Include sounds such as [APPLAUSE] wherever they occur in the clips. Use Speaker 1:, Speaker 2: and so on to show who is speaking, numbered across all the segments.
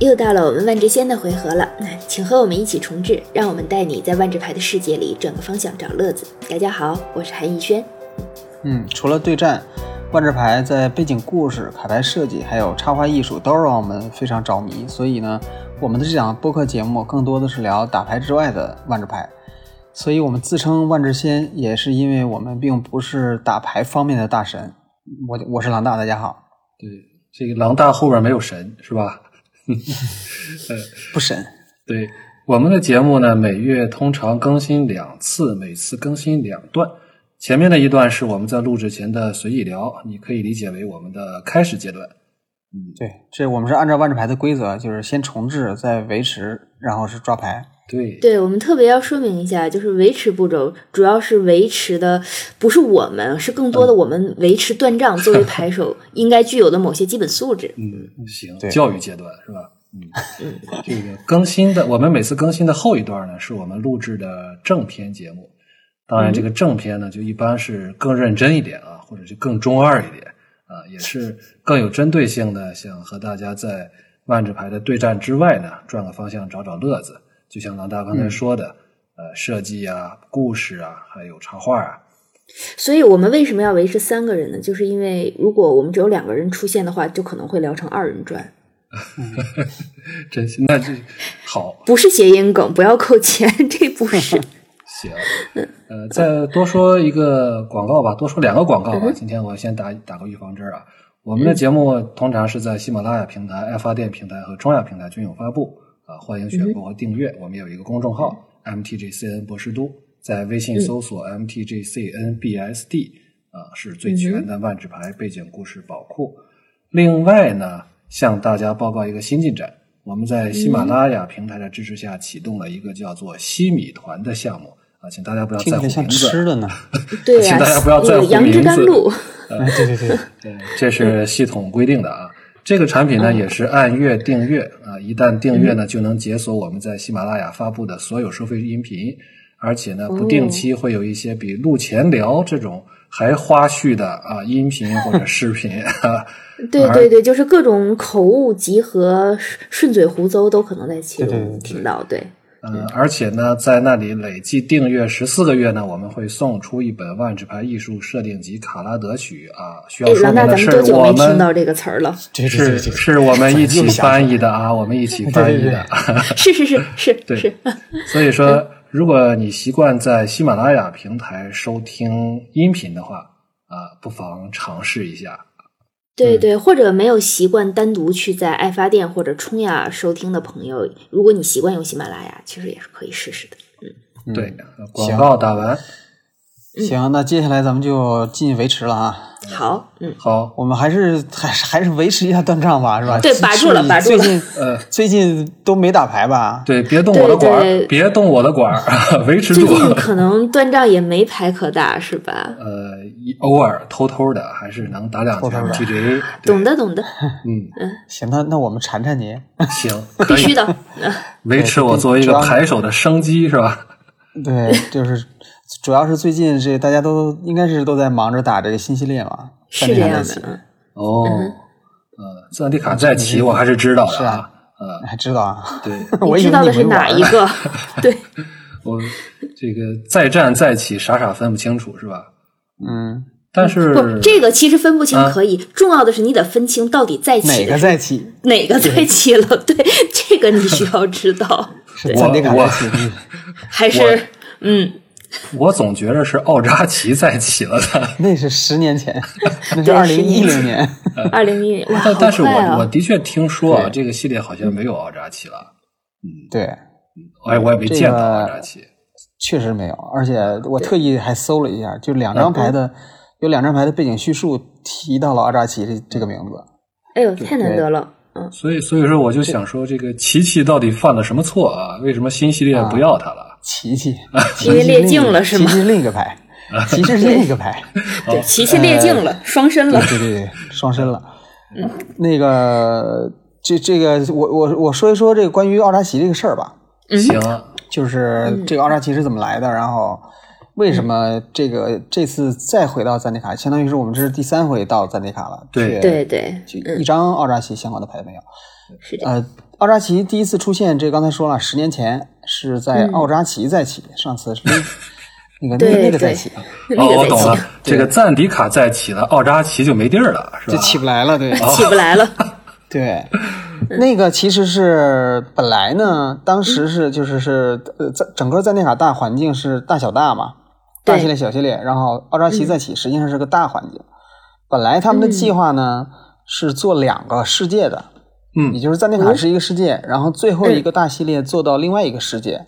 Speaker 1: 又到了我们万智仙的回合了，那请和我们一起重置，让我们带你在万智牌的世界里转个方向找乐子。大家好，我是韩逸轩。
Speaker 2: 嗯，除了对战，万智牌在背景故事、卡牌设计还有插画艺术都让我们非常着迷，所以呢，我们的这档播客节目更多的是聊打牌之外的万智牌。所以我们自称万智仙，也是因为我们并不是打牌方面的大神。我我是狼大，大家好。
Speaker 3: 对，这个狼大后边没有神，是吧？
Speaker 2: 不神。
Speaker 3: 对我们的节目呢，每月通常更新两次，每次更新两段。前面的一段是我们在录制前的随意聊，你可以理解为我们的开始阶段。嗯，
Speaker 2: 对，这我们是按照万智牌的规则，就是先重置，再维持，然后是抓牌。
Speaker 3: 对，
Speaker 1: 对，我们特别要说明一下，就是维持步骤主要是维持的不是我们，是更多的我们维持断账作为牌 [LAUGHS] 手应该具有的某些基本素质。
Speaker 3: 嗯，行
Speaker 2: 对，
Speaker 3: 教育阶段是吧？嗯，这个更新的，我们每次更新的后一段呢，是我们录制的正片节目。当然，这个正片呢，就一般是更认真一点啊，或者是更中二一点啊，也是更有针对性的，想和大家在万智牌的对战之外呢，转个方向找找乐子。就像郎大刚才说的，呃，设计啊、故事啊，还有插画啊，
Speaker 1: 所以我们为什么要维持三个人呢？就是因为如果我们只有两个人出现的话，就可能会聊成二人转。
Speaker 3: 真心那这好，
Speaker 1: 不是谐音梗，不要扣钱，这不是。
Speaker 3: 行，呃，再多说一个广告吧，多说两个广告吧。今天我先打打个预防针儿啊。我们的节目通常是在喜马拉雅平台、爱发电平台和中亚平台均有发布啊，欢迎选购和订阅。我们有一个公众号 MTGCN 博士都，在微信搜索 MTGCNBSD 啊，是最全的万智牌背景故事宝库。另外呢，向大家报告一个新进展，我们在喜马拉雅平台的支持下启动了一个叫做“西米团”的项目啊，请大家不要
Speaker 2: 听
Speaker 3: 在乎
Speaker 2: 起来
Speaker 3: 名
Speaker 2: 像
Speaker 3: 字，
Speaker 2: 吃的呢。
Speaker 1: [LAUGHS] 对呀、
Speaker 3: 请大家不要在乎
Speaker 1: 杨枝
Speaker 3: 名
Speaker 1: 甘
Speaker 3: 字
Speaker 1: 露。
Speaker 2: 哎，对对对，
Speaker 3: 对，这是系统规定的啊。这个产品
Speaker 1: 嗯
Speaker 3: 呢也是按月订阅啊，一旦订阅呢就能解锁我们在喜马拉雅发布的所有收费音频，而且呢
Speaker 1: 哦
Speaker 3: 不定期会有一些比录前聊这种还花絮的啊音频或者视频 [LAUGHS] 啊。
Speaker 1: 对对对，就是各种口误、集合、顺顺嘴胡诌都可能在其
Speaker 2: 对对对
Speaker 1: 中听到。对，
Speaker 3: 嗯，而且呢，在那里累计订阅十四个月呢，我们会送出一本万智牌艺术设定集《卡拉德曲》啊。需要
Speaker 1: 哎，
Speaker 3: 说
Speaker 1: 郎
Speaker 3: 明
Speaker 1: 大，咱
Speaker 3: 的
Speaker 1: 们
Speaker 3: 是
Speaker 1: 多，久
Speaker 3: 我
Speaker 1: 没听
Speaker 3: 们
Speaker 1: 到这个词儿
Speaker 2: [LAUGHS]
Speaker 1: 了？
Speaker 2: 对对
Speaker 3: 是
Speaker 2: 对对对，
Speaker 3: 是我们一
Speaker 2: 又 [LAUGHS]
Speaker 3: 起
Speaker 2: 想起来
Speaker 3: 翻译的啊，我们一起翻译的。
Speaker 1: 是是是是
Speaker 3: 对
Speaker 1: 是，
Speaker 2: [LAUGHS]
Speaker 3: 所以说，如果你习惯在喜马拉雅平台收听音频的话，啊，不妨尝试一下。
Speaker 1: 对
Speaker 2: 嗯
Speaker 1: 对，或者没有习惯单独去在爱发电或者冲呀收听的朋友，如果你习惯用喜马拉雅，其实也是可以试试的。
Speaker 2: 嗯
Speaker 3: 对，广告打完，
Speaker 1: 嗯
Speaker 2: 行，那接下来咱们就进维持了啊。
Speaker 1: 好，嗯，
Speaker 3: 好，
Speaker 2: 我们还是还是还是维持一下断账吧，是吧？
Speaker 1: 对把住了
Speaker 2: 是
Speaker 1: 把住了
Speaker 2: 最近
Speaker 3: 呃，
Speaker 2: 最近都没打牌吧？
Speaker 3: 对，别动我的管
Speaker 1: 对对
Speaker 3: 儿，别动我的管儿， [LAUGHS] 维持
Speaker 1: 最
Speaker 3: 住。
Speaker 1: 近可能断账也没牌可打，是吧？
Speaker 3: 呃，一偶尔偷偷的还是能打两
Speaker 2: 偷
Speaker 3: 局
Speaker 2: 偷地
Speaker 3: TGA。
Speaker 1: 懂
Speaker 3: 对，
Speaker 1: 的懂的，
Speaker 3: 嗯，
Speaker 1: [LAUGHS]
Speaker 2: 行，那那我们缠缠你。
Speaker 3: 行，
Speaker 1: 必
Speaker 3: 可
Speaker 1: 须
Speaker 3: 以
Speaker 1: 的。嗯
Speaker 3: 维持我作为一
Speaker 2: 主
Speaker 3: 个
Speaker 2: 要
Speaker 3: 牌手的生机是吧？
Speaker 2: 对，就是主要是最近这大家都应该是都在忙着打这个新系列嘛，
Speaker 1: 是
Speaker 2: 三
Speaker 1: 这
Speaker 2: 天还在
Speaker 1: 样
Speaker 2: 一起
Speaker 1: 的，嗯，
Speaker 3: 哦，呃，斯兰蒂卡再骑我还是知道
Speaker 2: 是
Speaker 3: 的
Speaker 2: 啊
Speaker 3: 啊。呃，
Speaker 2: 还知道啊？ [LAUGHS]
Speaker 3: 对，
Speaker 2: 我
Speaker 1: 你
Speaker 2: 以
Speaker 1: 知
Speaker 2: 为
Speaker 1: 道的
Speaker 2: 你
Speaker 1: 是
Speaker 2: 没
Speaker 1: 哪
Speaker 2: 玩
Speaker 1: 一
Speaker 2: 呢。 [LAUGHS]
Speaker 1: 个？对，
Speaker 3: 我这个再战再起，傻傻分不清楚是吧？
Speaker 2: 嗯，
Speaker 3: 但是
Speaker 1: 不， [LAUGHS] 这个其实分不清
Speaker 3: 啊
Speaker 1: 可以，重要的是你得分清到底在起
Speaker 2: 哪
Speaker 1: 的
Speaker 2: 个
Speaker 1: 是
Speaker 2: 在起？
Speaker 1: 哪个在起了。对，这个你需要知道，[LAUGHS]
Speaker 2: 是
Speaker 1: 对
Speaker 2: 赞迪卡
Speaker 3: 我
Speaker 2: 在起的意思。
Speaker 1: 还是嗯，
Speaker 3: 我总觉着是奥扎奇再起了的，
Speaker 2: 那是十
Speaker 1: [LAUGHS]
Speaker 2: 年前，那是
Speaker 1: 对
Speaker 2: 二
Speaker 1: 十
Speaker 2: 零一
Speaker 1: 年
Speaker 2: 零年。
Speaker 1: 二零一哇，好
Speaker 3: 但但是我
Speaker 1: 快
Speaker 3: 我
Speaker 1: 啊！
Speaker 3: 的确听说啊，
Speaker 2: 对
Speaker 3: 这个系列好像没有奥扎奇了，
Speaker 2: 对，
Speaker 3: 哎，我也没
Speaker 2: 这
Speaker 3: 见到
Speaker 2: 个
Speaker 3: 奥扎奇。
Speaker 2: 确实没有。而且我特意还搜了一下，就两张牌的，有两张牌的背景叙述提到了阿扎奇这这个名字。
Speaker 1: 哎呦，太难得了，嗯，
Speaker 3: 所以所以说我就想说，这个琪琪到底犯了什么错啊？为什么新系列不要他了？
Speaker 2: 琪琪，
Speaker 1: 因为
Speaker 2: 琪琪
Speaker 1: 列
Speaker 2: 另一
Speaker 1: 镜
Speaker 2: 个
Speaker 1: 了是
Speaker 2: 琪
Speaker 1: 吗
Speaker 2: 琪另一个牌，
Speaker 1: [LAUGHS]
Speaker 2: 琪琪是另一个牌。
Speaker 1: 对，琪琪列镜了，双身了
Speaker 2: 对，对对对，双身了。
Speaker 1: 嗯
Speaker 2: 那个，这这个，我我我说一说这个关于奥扎奇这个事儿吧，
Speaker 1: 嗯
Speaker 3: 行啊，
Speaker 2: 就是这个奥扎奇是怎么来的，然后为什么
Speaker 1: 嗯
Speaker 2: 这个这次再回到赞内卡，相当于是我们这是第三回到赞内卡了？
Speaker 3: 对
Speaker 1: 对对，
Speaker 2: 就
Speaker 1: 嗯
Speaker 2: 一张奥扎奇相关的牌没有。
Speaker 1: 是的，
Speaker 2: 呃，奥扎奇第一次出现，这刚才说了，十年前是在奥扎奇再起，上次
Speaker 1: [LAUGHS]
Speaker 2: 是那个那
Speaker 1: 嗯对
Speaker 2: 那个再
Speaker 1: 对
Speaker 2: 起，
Speaker 1: 那
Speaker 3: 哦，
Speaker 1: 个
Speaker 3: 我
Speaker 1: 在
Speaker 3: 懂了
Speaker 1: 起，
Speaker 3: 这个赞迪卡再起了，奥扎奇就没地儿了，是
Speaker 2: 就
Speaker 3: 吧？
Speaker 2: 起不来了，对
Speaker 1: 起不来了。
Speaker 2: 对。那个其实是本来呢，当时是就是是呃，在整个在内卡大环境是大小大嘛，
Speaker 1: 对嗯
Speaker 2: 大系列小系列，然后奥扎奇再起实际上是个大环境。本来他们的计划呢是做两个世界的，也
Speaker 3: 嗯，
Speaker 2: 就是赞内卡是一个世界，然后最后一个大系列做到另外一个世界，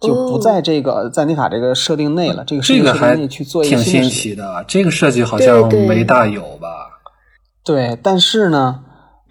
Speaker 2: 就不在这个赞内卡这个设定内了。这个世
Speaker 3: 这
Speaker 2: 界
Speaker 3: 个
Speaker 2: 设
Speaker 3: 还
Speaker 2: 定内去做一
Speaker 3: 挺
Speaker 2: 个新
Speaker 3: 新
Speaker 2: 的世界。
Speaker 3: 奇的，啊这个设计好像
Speaker 1: 对对
Speaker 3: 没大有吧？
Speaker 2: 对，但是呢，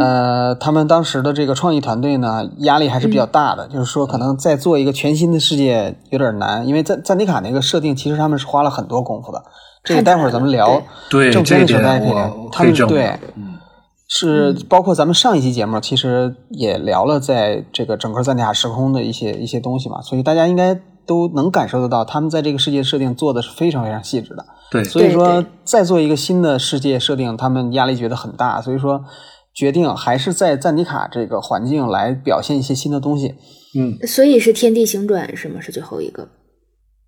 Speaker 2: 呃，他们当时的这个创意团队呢，压力还是比较大的，就是说可能再做一个全新的世界有点难，因为赞赞尼卡那个设定其实他们是花了很多功夫的。这个
Speaker 1: 看起
Speaker 2: 待
Speaker 1: 来
Speaker 2: 会儿咱们
Speaker 1: 了
Speaker 2: 聊
Speaker 3: 对
Speaker 2: 正片
Speaker 3: 这
Speaker 2: 的时候大家
Speaker 3: 点
Speaker 2: 可以聊
Speaker 3: 我，
Speaker 2: 他
Speaker 3: 可以
Speaker 2: 们
Speaker 3: 证明
Speaker 2: 对。
Speaker 3: 嗯，
Speaker 2: 是包括咱们上一期节目，其实也聊了在这个整个赞尼亚时空的一些一些东西嘛，所以大家应该都能感受得到，他们在这个世界设定做的是非常非常细致的。
Speaker 3: 对，
Speaker 2: 所以
Speaker 1: 对
Speaker 2: 说
Speaker 1: 对，
Speaker 2: 再做一个新的世界设定，他们压力觉得很大，所以说决定还是在赞尼卡这个环境来表现一些新的东西。
Speaker 3: 嗯，
Speaker 1: 所以是天地行转是吗？是最后一个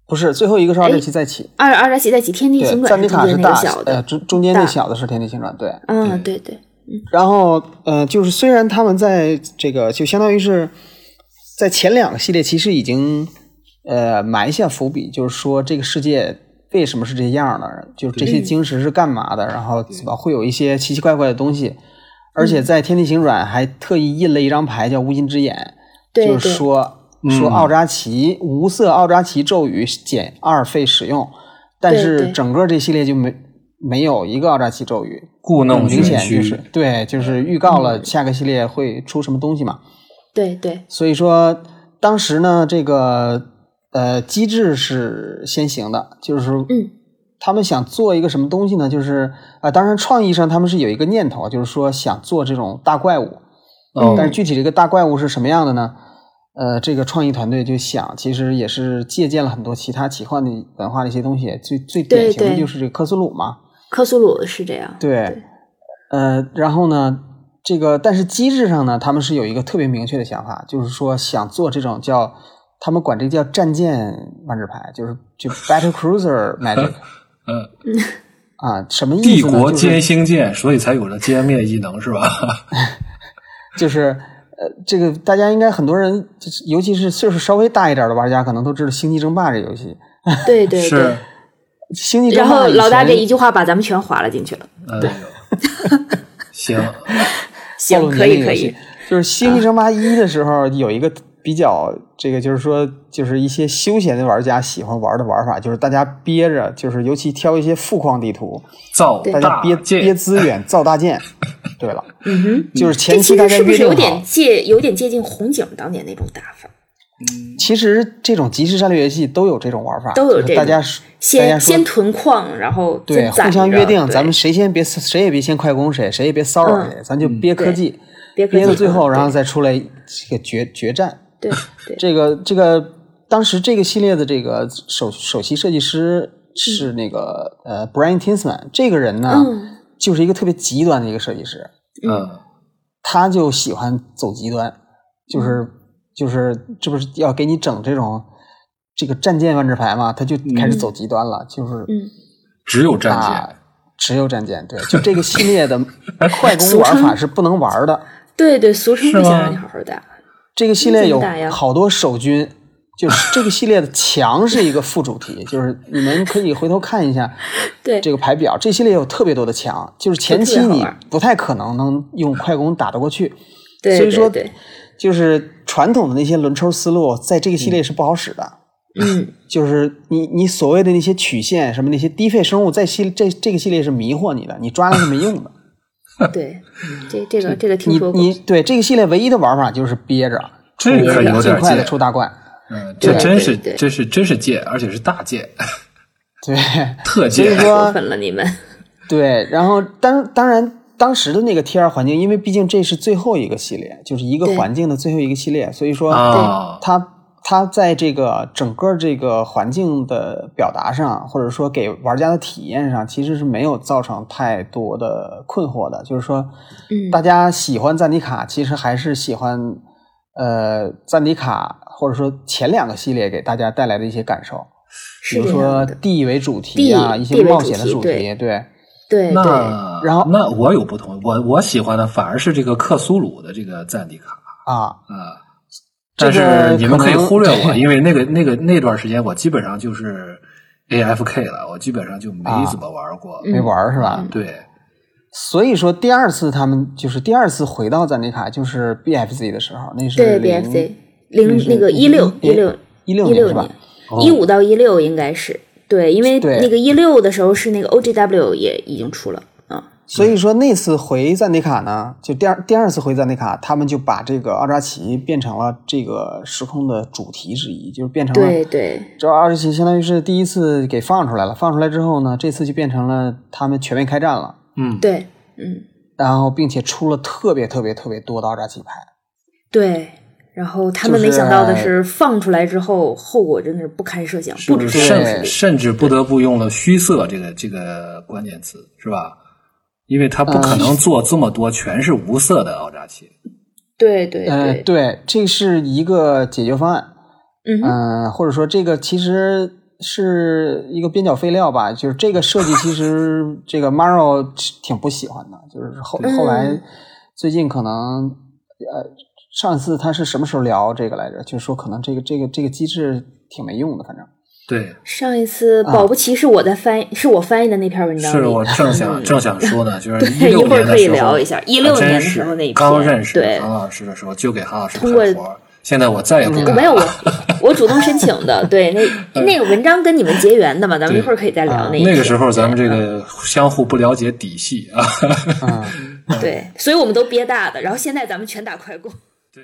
Speaker 2: 不是，最后一个是奥扎奇再起，
Speaker 1: 二二扎奇在起哎天地
Speaker 2: 对
Speaker 1: 行，
Speaker 2: 赞
Speaker 1: 转
Speaker 2: 尼
Speaker 1: 是
Speaker 2: 卡
Speaker 1: 中
Speaker 2: 是
Speaker 1: 间那
Speaker 2: 大
Speaker 1: 个小，
Speaker 2: 呃，
Speaker 1: 的，
Speaker 2: 中中间那
Speaker 1: 大
Speaker 2: 小的是天地星转，对。
Speaker 1: 嗯，对对，
Speaker 2: 然后呃，就是虽然他们在这个就相当于是在前两个系列其实已经呃埋下伏笔，就是说这个世界为什么是这样的，就是这些晶石是干嘛的，然后怎么会有一些奇奇怪怪的东西。而
Speaker 1: 嗯
Speaker 2: 且在《天地行软》还特意印了一张牌，叫无心之眼，
Speaker 1: 对
Speaker 2: 就是
Speaker 1: 对
Speaker 2: 说说奥扎奇无色奥扎奇咒语减二费使用，但
Speaker 1: 对
Speaker 2: 是
Speaker 1: 对
Speaker 2: 整个这系列就没没有一个奥扎奇咒语，
Speaker 3: 故弄
Speaker 2: 很明显
Speaker 3: 玄虚，
Speaker 2: 就是对，就是预告了下个系列会出什么东西嘛。
Speaker 1: 对对，
Speaker 2: 所以说当时呢，这个呃机制是先行的，就是
Speaker 1: 嗯
Speaker 2: 他们想做一个什么东西呢？就是啊、呃当然创意上他们是有一个念头，就是说想做这种大怪物，
Speaker 3: 哦
Speaker 2: 但是具体这个大怪物是什么样的呢？呃，这个创意团队就想，其实也是借鉴了很多其他奇幻的文化的一些东西，最最典
Speaker 1: 对
Speaker 2: 型的
Speaker 1: 对
Speaker 2: 就是这个克苏鲁嘛。
Speaker 1: 克苏鲁是这
Speaker 2: [LAUGHS]
Speaker 1: 样，
Speaker 2: 对，呃，然后呢，这个但是机制上呢，他们是有一个特别明确的想法，就是说想做这种叫他们管这个叫战舰万智牌，就是就
Speaker 1: [LAUGHS]
Speaker 2: Battle Cruiser Magic
Speaker 3: 嗯，
Speaker 2: 啊，什么意
Speaker 3: 帝
Speaker 2: 思呢？
Speaker 3: 国
Speaker 2: 就
Speaker 3: 歼
Speaker 2: 是
Speaker 3: 星舰，所以才有了歼灭异能，是吧？
Speaker 2: 就是。呃，这个大家应该很多人，就是尤其是岁数稍微大一点的玩家，可能都知道《星际争霸》这游戏。
Speaker 1: 对对
Speaker 3: 是
Speaker 1: 对。，
Speaker 2: 《星际
Speaker 1: 然
Speaker 2: 争霸》
Speaker 1: 后
Speaker 2: 以
Speaker 1: 老大
Speaker 2: 前
Speaker 1: 这一句话把咱们全划了进去了，
Speaker 3: 嗯，行，
Speaker 2: 暴
Speaker 1: 行，
Speaker 2: 露
Speaker 1: 可
Speaker 2: 年
Speaker 1: 以
Speaker 2: 龄
Speaker 1: 可
Speaker 2: 游
Speaker 1: 以
Speaker 2: 戏，。就是《星际争霸一》的时候有一个比较，这个就是说，就是一些休闲的玩家喜欢玩的玩法，就是大家憋着，就是尤其挑一些富矿地图，
Speaker 3: 造
Speaker 2: 大家
Speaker 3: 大
Speaker 2: 憋憋
Speaker 3: 舰，
Speaker 2: 资源造大舰。 [LAUGHS] 对了，
Speaker 1: 嗯哼，
Speaker 2: 就是
Speaker 1: 这
Speaker 2: 前期
Speaker 1: 其
Speaker 2: 大
Speaker 1: 实
Speaker 2: 家
Speaker 1: 是不
Speaker 2: 约
Speaker 1: 是
Speaker 2: 定
Speaker 1: 有
Speaker 2: 好。
Speaker 1: 点借有点接近红警当年那种打法？
Speaker 2: 其实这种即时战略游戏都有这种玩法，
Speaker 1: 都有
Speaker 2: 就是
Speaker 1: 这
Speaker 2: 大
Speaker 1: 种
Speaker 2: 家是大家
Speaker 1: 先
Speaker 2: 说
Speaker 1: 先囤矿，然后再
Speaker 2: 对
Speaker 1: 攒
Speaker 2: 互相
Speaker 1: 着
Speaker 2: 约定，
Speaker 1: 对
Speaker 2: 咱们谁先别谁也别先快攻谁，谁也别骚扰
Speaker 1: 嗯
Speaker 2: 谁，咱就憋科
Speaker 1: 对
Speaker 2: 技，
Speaker 1: 别客
Speaker 2: 憋到
Speaker 1: 气啊
Speaker 2: 最后，然后
Speaker 1: 对
Speaker 2: 再啊出来这个决决战。
Speaker 1: 对对
Speaker 2: 这个这个当时这个系列的这个首首席设计师是那个、呃 Brian Tinsman，这个人呢、
Speaker 1: 嗯
Speaker 2: 就是一个特别极端的一个设计师，
Speaker 3: 嗯，
Speaker 2: 他就喜欢走极端，就是、
Speaker 1: 嗯
Speaker 2: 就是这不是要给你整这种这个战舰万智牌嘛，他就开始走极端了，就是
Speaker 1: 嗯，
Speaker 3: 只有战
Speaker 2: 打
Speaker 3: 舰，
Speaker 2: 只有战舰，对，就这个系列
Speaker 3: [LAUGHS]
Speaker 2: 的快攻玩法是不能玩的。
Speaker 1: 对对，俗称不
Speaker 3: 是
Speaker 1: 想
Speaker 3: 吗
Speaker 1: 让你好好打，
Speaker 2: 这个系列有
Speaker 1: 你怎么打呀
Speaker 2: 好多守军，
Speaker 1: [LAUGHS]
Speaker 2: 就是这个系列的墙是一个副主题，就是你们可以回头看一下
Speaker 1: 对
Speaker 2: 这个牌表。这系列有特别多的墙，就是前期
Speaker 1: 就特别好
Speaker 2: 你
Speaker 1: 玩
Speaker 2: 不太可能能用快攻打得过去，
Speaker 1: 对
Speaker 2: 所
Speaker 1: 对
Speaker 2: 以说
Speaker 1: 对，
Speaker 2: 就是传统的那些轮抽思路在这个系列是不好使的。
Speaker 1: 嗯，
Speaker 2: 就是你你所谓的那些曲线什么那些低费生物在系这这个系列是迷惑你的，你抓了是没用的。
Speaker 1: 对，嗯这这个这个 [LAUGHS] 听
Speaker 2: 你
Speaker 1: 说过，
Speaker 2: 你对这个系列唯一的玩法就是憋着，
Speaker 3: 这可有
Speaker 2: 尽
Speaker 3: 点
Speaker 2: 快的
Speaker 3: 贱
Speaker 2: 出，大怪。
Speaker 3: 嗯，这
Speaker 1: 对
Speaker 3: 真是
Speaker 1: 对对
Speaker 3: 这是真是贱，而且是大贱，
Speaker 2: 对，
Speaker 3: [LAUGHS] 特
Speaker 2: 所以
Speaker 3: 贱，
Speaker 2: 说
Speaker 1: 过分了你们，
Speaker 2: 对，然后当当然当时的那个 T 二环境，因为毕竟这是最后一个系列，就是一个
Speaker 1: 对
Speaker 2: 环境的最后一个系列，所以说
Speaker 3: 啊
Speaker 2: 它它在这个整个这个环境的表达上，或者说给玩家的体验上，其实是没有造成太多的困惑的。就是说，
Speaker 1: 嗯
Speaker 2: 大家喜欢赞迪卡，其实还是喜欢呃赞迪卡，或者说前两个系列给大家带来的一些感受，比
Speaker 1: 是
Speaker 2: 如
Speaker 1: 这
Speaker 2: 说
Speaker 1: 样的。
Speaker 2: 地为主题啊，
Speaker 1: 地
Speaker 2: 一
Speaker 1: 地
Speaker 2: 些
Speaker 1: 为
Speaker 2: 冒
Speaker 1: 主
Speaker 2: 险的
Speaker 1: 题
Speaker 2: 主题，
Speaker 1: 对
Speaker 2: 对
Speaker 1: 对对，
Speaker 3: 那
Speaker 2: 然后
Speaker 3: 那我有不同，我我喜欢的反而是这个克苏鲁的这个赞迪卡
Speaker 2: 啊，
Speaker 3: 啊，
Speaker 2: 这
Speaker 3: 但
Speaker 2: 个
Speaker 3: 是你们
Speaker 2: 可
Speaker 3: 可以
Speaker 2: 能
Speaker 3: 忽略我，因为那个那个那段时间我基本上就是 A F K 了，我基本上就
Speaker 2: 啊
Speaker 3: 没怎么玩过。
Speaker 1: 嗯
Speaker 2: 没玩儿是吧？
Speaker 3: 对，
Speaker 2: 所以说第二次他们就是第二次回到赞迪卡就是 BFZ 的时候，那是
Speaker 1: 对 BFC 零
Speaker 2: 是
Speaker 1: 那个一六一六
Speaker 2: 一六
Speaker 1: 一
Speaker 2: 年
Speaker 1: 六
Speaker 2: 是吧
Speaker 1: 年？，
Speaker 2: 哦
Speaker 1: 一五到一六应该是对，因为
Speaker 2: 对
Speaker 1: 那个一六的时候是那个 OGW 也已经出了啊，
Speaker 2: 所以说那次回赞迪卡呢，就第二第二次回赞迪卡，他们就把这个奥扎奇变成了这个时空的主题之一，就是变成了
Speaker 1: 对对
Speaker 2: 这奥扎奇相当于是第一次给放出来了，放出来之后呢，这次就变成了他们全面开战了，
Speaker 3: 嗯，
Speaker 1: 对，嗯
Speaker 2: 然后并且出了特别特别特别多的奥扎奇牌。
Speaker 1: 对。然后他们
Speaker 2: 就
Speaker 1: 没
Speaker 2: 是
Speaker 1: 想到的是，放出来之后后果真的是不堪设想，不只是
Speaker 3: 甚甚至不得不用了“虚色”这个这个关键词，是吧？因为
Speaker 1: 嗯
Speaker 3: 他不可能做这么多全是无色的奥扎奇。
Speaker 1: 对对
Speaker 2: 呃，
Speaker 1: 对，
Speaker 2: 对，这是一个解决方案。
Speaker 1: 嗯哼，
Speaker 2: 嗯，或者说这个其实是一个边角废料吧，就是这个设计其
Speaker 1: [LAUGHS]
Speaker 2: 实这个 Maro 挺不喜欢的，就是后
Speaker 1: 嗯
Speaker 2: 后来最近可能呃上次他是什么时候聊这个来着？就是说可能这个这个这个机制挺没用的，反正
Speaker 3: 对，
Speaker 1: 上一次保不齐是我在翻译，是我翻译的那篇文章里，
Speaker 3: 啊是
Speaker 1: [LAUGHS]
Speaker 3: 我正想
Speaker 1: 嗯
Speaker 3: 正想说呢，就是
Speaker 1: 对
Speaker 3: 六
Speaker 1: 一会儿
Speaker 3: 年的
Speaker 1: 可以
Speaker 3: 时候啊
Speaker 1: 聊一下16
Speaker 3: 还真
Speaker 1: 年的
Speaker 3: 是
Speaker 1: 时候那一篇
Speaker 3: 刚认识啊
Speaker 1: 对
Speaker 3: 韩老师的时候，就给韩老师
Speaker 1: 通
Speaker 3: 干
Speaker 1: 过嗯
Speaker 3: 活儿，现在我再也不
Speaker 1: 我
Speaker 3: 敢
Speaker 1: 没
Speaker 3: [LAUGHS]
Speaker 1: 有我，我主动申请的。对，那那个文章跟你们结缘的嘛，咱们
Speaker 3: 嗯对
Speaker 1: 一会儿可以再聊
Speaker 2: 啊
Speaker 1: 那一
Speaker 3: 那个
Speaker 1: 篇
Speaker 3: 时候咱们这个相互不了解底细啊，
Speaker 2: 嗯。
Speaker 1: 对，所以我们都憋大的，然后现在咱们全打快攻。